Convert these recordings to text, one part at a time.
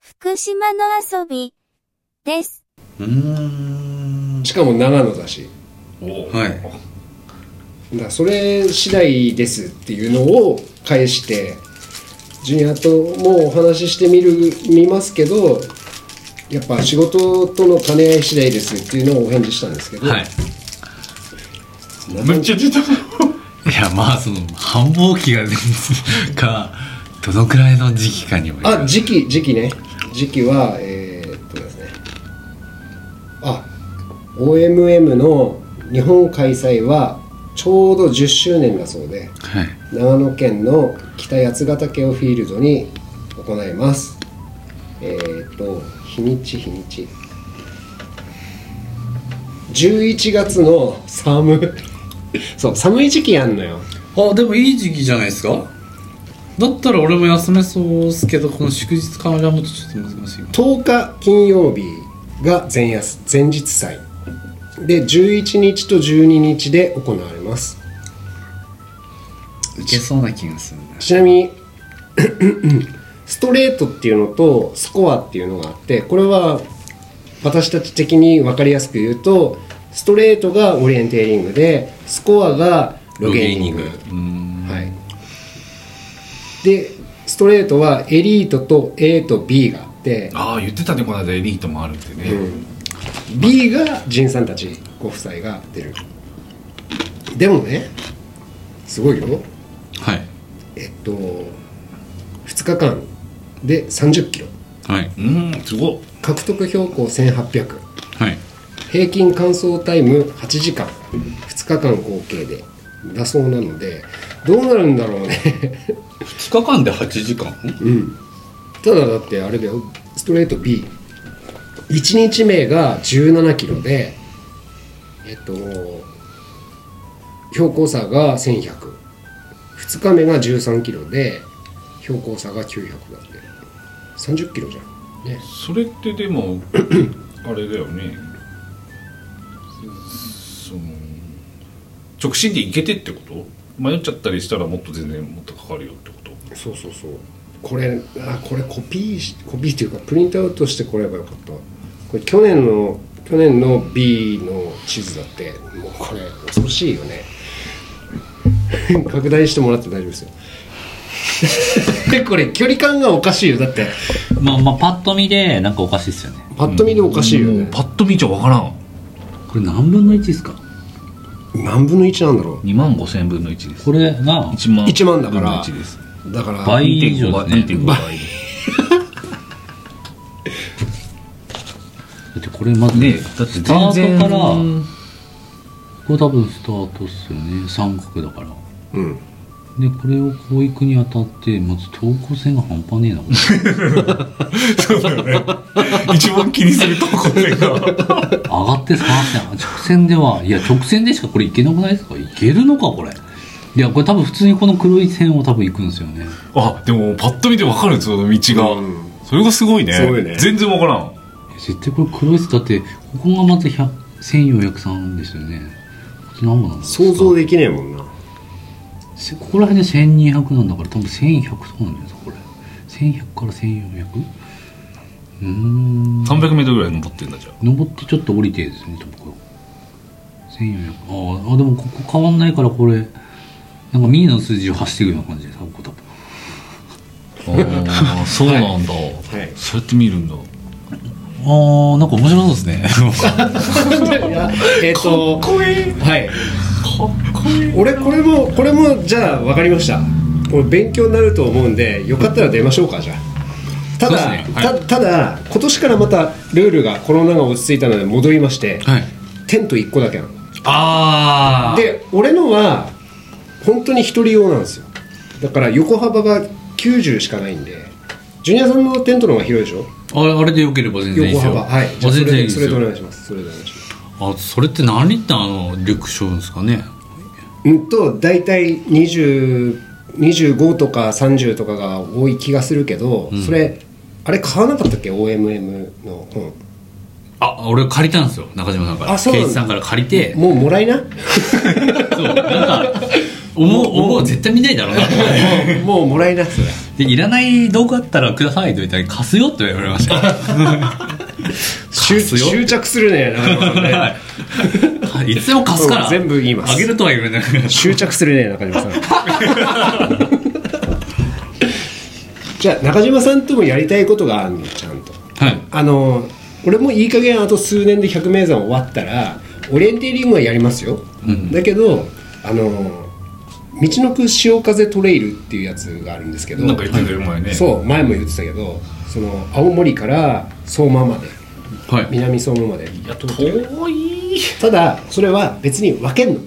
福島の遊びです。うーんしかも長野だしおはいだからそれ次第ですっていうのを返してジュニアともお話ししてみる見ますけどやっぱ仕事との兼ね合い次第ですっていうのをお返事したんですけど、はいなんむっちゃ出たいやまあその繁忙期が かどのくらいの時期かにもよるあ時期時期ね時期はえーっとですねあ OMM の日本開催はちょうど10周年だそうではい長野県の北八ヶ岳をフィールドに行いますえーっと日にち日にち11月の寒い そう寒い時期やんのよあでもいい時期じゃないですかだったら俺も休めそうっすけどこの祝日からもちょっと難しい10日金曜日が前夜前日祭で11日と12日で行われますいけそうな気がするなちなみにストレートっていうのとスコアっていうのがあってこれは私たち的に分かりやすく言うとストレートがオリエンテーリングでスコアがロゲーニングロゲーはい、でストレートはエリートと A と B があってああ言ってたねこの間エリートもあるってね、 B が仁さんたちご夫妻が出るでもねすごいよはいえっと2日間で3 0キロはいうんすごっ獲得標高1800はい平均乾燥タイム8時間2日間合計でだそうなのでどうなるんだろうね 2日間で8時間うんただだってあれだよストレート B1 日目が1 7キロでえっと標高差が1100 2日目が1 3キロで標高差が900だって3 0キロじゃんねそれってで もあれだよねその直進で行けてってこと迷っちゃったりしたらもっと全然もっとかかるよってことそうそうそうこれあこれコピーしコピーっていうかプリントアウトしてこればよかったこれ去年の去年の B の地図だってもうこれ恐ろしいよね 拡大してもらって大丈夫ですよ これ距離感がおかしいよだってまあまあパッと見でなんかおかしいっすよねパッと見でおかしいよもうね、パッと見ちゃわからんこれ何分の1ですか何分の1なんだろ2万5千分の1ですこれが1万1万だから分の1ですうだから倍以上2.5ですね倍2.5倍だってこれまずねだってスタートからこれ多分スタートっすよね三角だからうんでこれをこう行くにあたってまず等高線が半端ねえな これ一番気にするとこれ が上がって下がって直線ではいや直線でしかこれ行けなくないですか行けるのかこれいやこれ多分普通にこの黒い線を多分行くんですよねあでもパッと見てわかるその道が、うんそれがすごいねすごいね全然わからん絶対これ黒いですだってここがまず100 1403ですよねこっち何本なんですか想像できねえもんなせここら辺で1200なんだから多分1100とかなんじゃないですかこれ1100から 1400? うーん 300m ぐらい登ってんだじゃん登ってちょっと降りてですねとこ1400あーあでもここ変わんないからこれなんかミーの数字を走っていくような感じですここ多分ああそうなんだ、いそうやって見るんだあーなんか面白そうですね いやえっ、とこいいはいかっこいい俺これもこれもじゃあ分かりましたこれ勉強になると思うんでよかったら出ましょうかじゃあただ、そうですねはたただ今年からまたルールがコロナが落ち着いたので戻りまして、はいテント1個だけなのああで俺のは本当に一人用なんですよだから横幅が90しかないんでジュニアさんのテントの方が広いでしょあれあれでよければ全然いいで横すよ幅はいあじゃあそ全れ然いいでですそれでおよ願いしますそれでお願いしますあそれって何リッターのリュックしょうんですかねうんと大体20 25とか30とかが多い気がするけど、それあれ買わなかったっけ OMM の本あ俺借りたんですよ中島さんからあそうなんだ圭一さんから借りてもうもらい そなうなんか思う思う絶対見ないだろうなもうもうもらいなそれ でいらない道具あったらくださいって言ったら貸すよって言われま した執すよ執着するね中島さんねはいいつでも貸すから全部言いますあげるとは言わない執着するね中 島さんじゃあ中島さんともやりたいことがあるのちゃんとはいあの俺もいい加減あと数年で百名山終わったらオリエンテーリングはやりますよ、だけどあの道のく潮風トレイルっていうやつがあるんですけどなんか言ってたよ前ねそう前も言ってたけどその青森から相馬まで、はい南相馬までいや遠いただそれは別に分けんの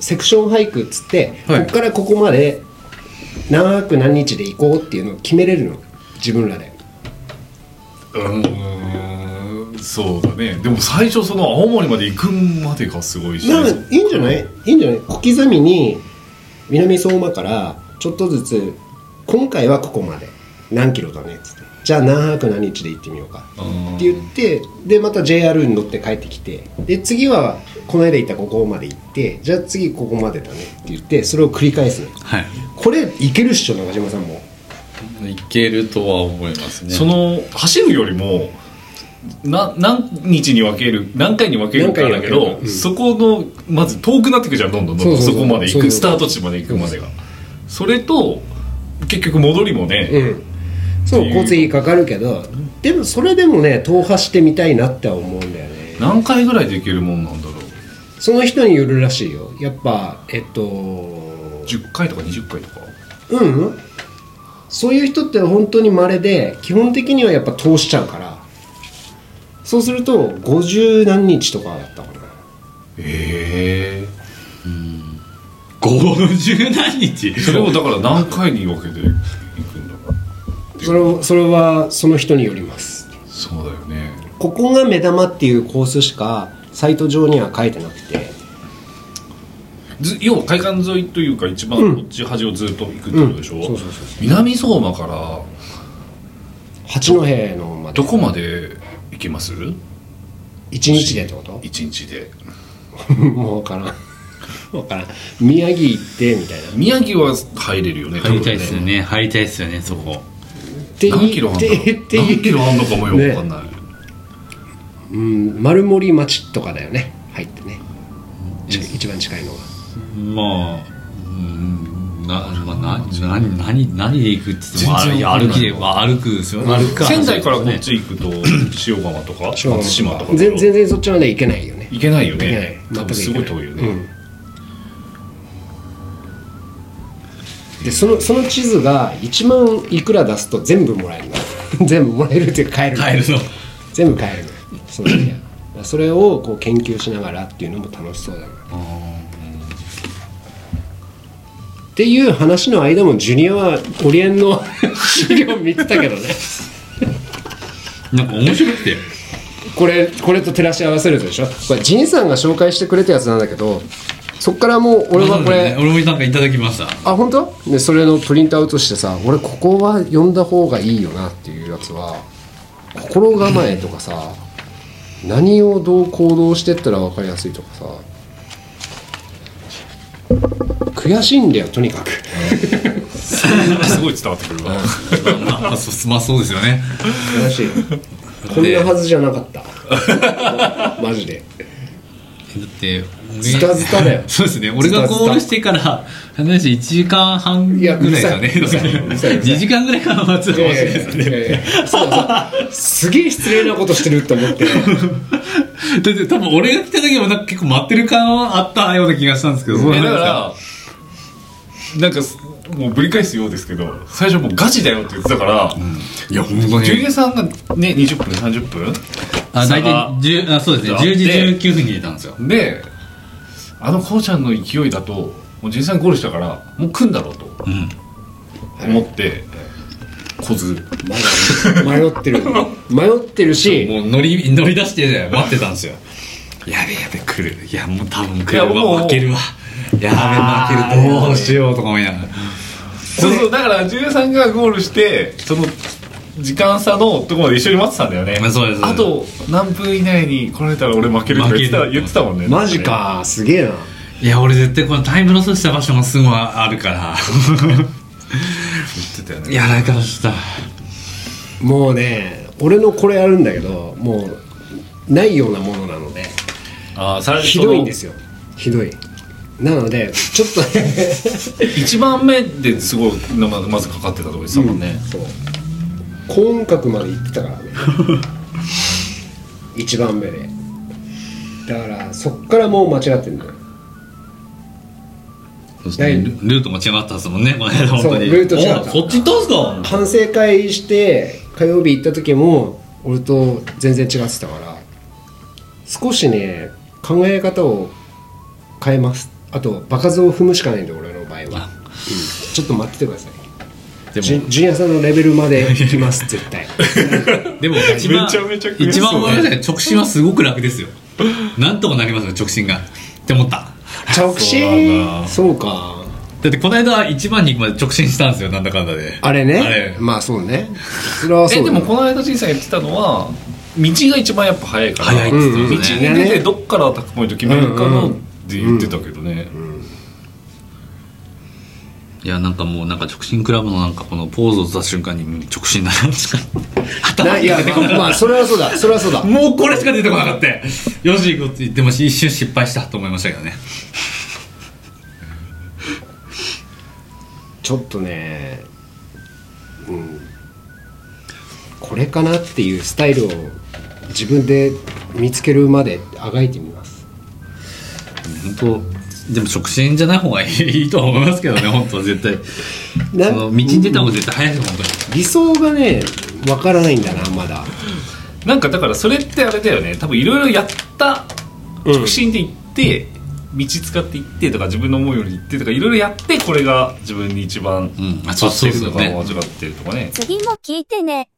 セクション俳句っつって、はいここからここまで長く何日で行こうっていうのを決めれるの自分らでうーんそうだねでも最初その青森まで行くまでがすごいしなんかいいんじゃないいいんじゃない小刻みに南相馬からちょっとずつ今回はここまで何キロだねっつってじゃあ何泊何日で行ってみようかうんって言ってでまた JR に乗って帰ってきてで次はこの間行ったここまで行ってじゃあ次ここまでだねって言ってそれを繰り返すのはいこれいけるっしょ中島さんもいけるとは思いますねその走るよりもな何日に分ける何回に分けるかだけ何回に分けるど、かうんそこのまず遠くなってくじゃんどんどんどんどんそそうそうそうこまで行そうそうくスタート地まで行くまでがそれと結局戻りもうね、んそう交通費かかるけどでもそれでもね踏破してみたいなっては思うんだよね何回ぐらいで行けるもんなんだろうその人によるらしいよやっぱえっと10回とか20回とかうんうんそういう人って本当に稀で基本的にはやっぱ通しちゃうからそうすると50何日とかだったかなええ50何日それをだから何回に分けて行くんだろうそれをそれはその人によりますそうだよねここが目玉っていうコースしかサイト上には書いてなくてず要は海岸沿いというか一番こっち端をずっと行くってことでしょ、うんそうそうそうそ南相馬から八戸のまでどこまで行けます1日でってこと一日で もう分からん 分からん宮城行ってみたいな宮城は入れるよね入りたいっす多よ分ね入りたいっすよねそこって言何キロあんっだ ろうてって何キロあんのかもよくわかんない、うん丸森町とかだよね入ってねち一番近いのがまあうんな、まあ、な何何何で行くって言ってもあ全い然やわかん歩ないきでまあ歩くですよね仙台からこっち行くと塩釜とか松島とか全全然そっちまで行けないよね行けないよ行けないね多分す全く行けなごい遠いよね、うんでそのその地図が1万いくら出すと全部もらえるの 全部もらえるっていうか買えるの帰るの全部買えるのその時はだからそれをこう研究しながらっていうのも楽しそうだなっていう話の間もジュニアはオリエンの資料見てたけどねなんか面白くてこれこれと照らし合わせるやつでしょこれジンさんが紹介してくれたやつなんだけどそっからもう俺はこれ、まあそうですね俺もなんかいただきましたあ本当でそれのプリントアウトしてさ俺ここは読んだ方がいいよなっていうやつは心構えとかさ何をどう行動してったら分かりやすいとかさ悔しいんだよとにかく すごい伝わってくるわ、まあそうまあそうですよね悔しいこんなはずじゃなかった マジでだって俺ズタズタだよそうですね俺がゴールしてから話して1時間半ぐらいですよねいやうるさいうる さいうるさい2時間ぐらいから待つかもしれないですよねそうそうすげえ失礼なことしてると思ってだって多分俺が来た時もなんか結構待ってる感はあったような気がしたんですけどそうえなんでだすかからなんかすもうぶり返すようですけど最初もうガチだよって言ってたから、いや本当ジュニアさんがね20分30分あ大体10あそうですね10時で19分にいたんですよであのこうちゃんの勢いだともうジュニアさんゴールしたからもう来んだろうと思って、こずまだ迷ってる迷ってるしもう乗り乗り出して待ってたんですよ やべやべ来るいやもう多分来いるやもわう負けるわやべ負けるどうしようとか思いながらそうそうだからジュニアさんがゴールしてその時間差のとこまで一緒に待ってたんだよねまあそうですそうあですと何分以内に来られたら俺負けるとか言って負たける言ってたもんねマジかすげえない や俺絶対このタイムロスした場所もすぐあるからしてたよねやらかしたもうね俺のこれあるんだけどもうないようなものなのでああ最初ひどいんですよひどいなのでちょっとね1番目ですごいままずかかってたところですもんね、そう高音角まで行ってたからね一番目でだからそっからもう間違ってんだよそしてルルートも違かったですもんねこの間本当にそうルート違ったおそっち行ったんすか反省会して火曜日行った時も俺と全然違ってたから少しね考え方を変えますあと場数を踏むしかないんで俺の場合は、うんちょっと待っててくださいジュジュニアさんのレベルまで行きます絶対でも一番めちゃめちゃ悔しそう一番上で直進はすごく楽ですよなんとかなりますよ直進がって思った直進そうかだってこの間1番に行くまで直進したんですよなんだかんだであれねあれまあそうねそれはそうえだでねもこの間じいさん言ってたのは道が一番やっぱ早いから早いっうんうつってまん道したにね、出てどっからアタックポイント決めるかうんうのんって言ってたけどね、いやなんかもうなんか直進クラブのなんかこのポーズをした瞬間にうん直進だなしかないやまあまあそれはそうだそれはそう だもうこれしか出てこなかったよし行こうって言っても一瞬失敗したと思いましたけどねちょっとね、うん、これかなっていうスタイルを自分で見つけるまであがいてみます本当でも直進じゃない方がいいとは思いますけどね本当は絶対なその道に出た方が絶対早いです本当に理想がねわからないんだなまだなんかだからそれってあれだよね多分いろいろやったうん直進で行って、道使って行ってとか自分の思うように行ってとかいろいろやってこれが自分に一番うんあ合ってそるとかうそうそうね間違ってるとかね次も聞いてね。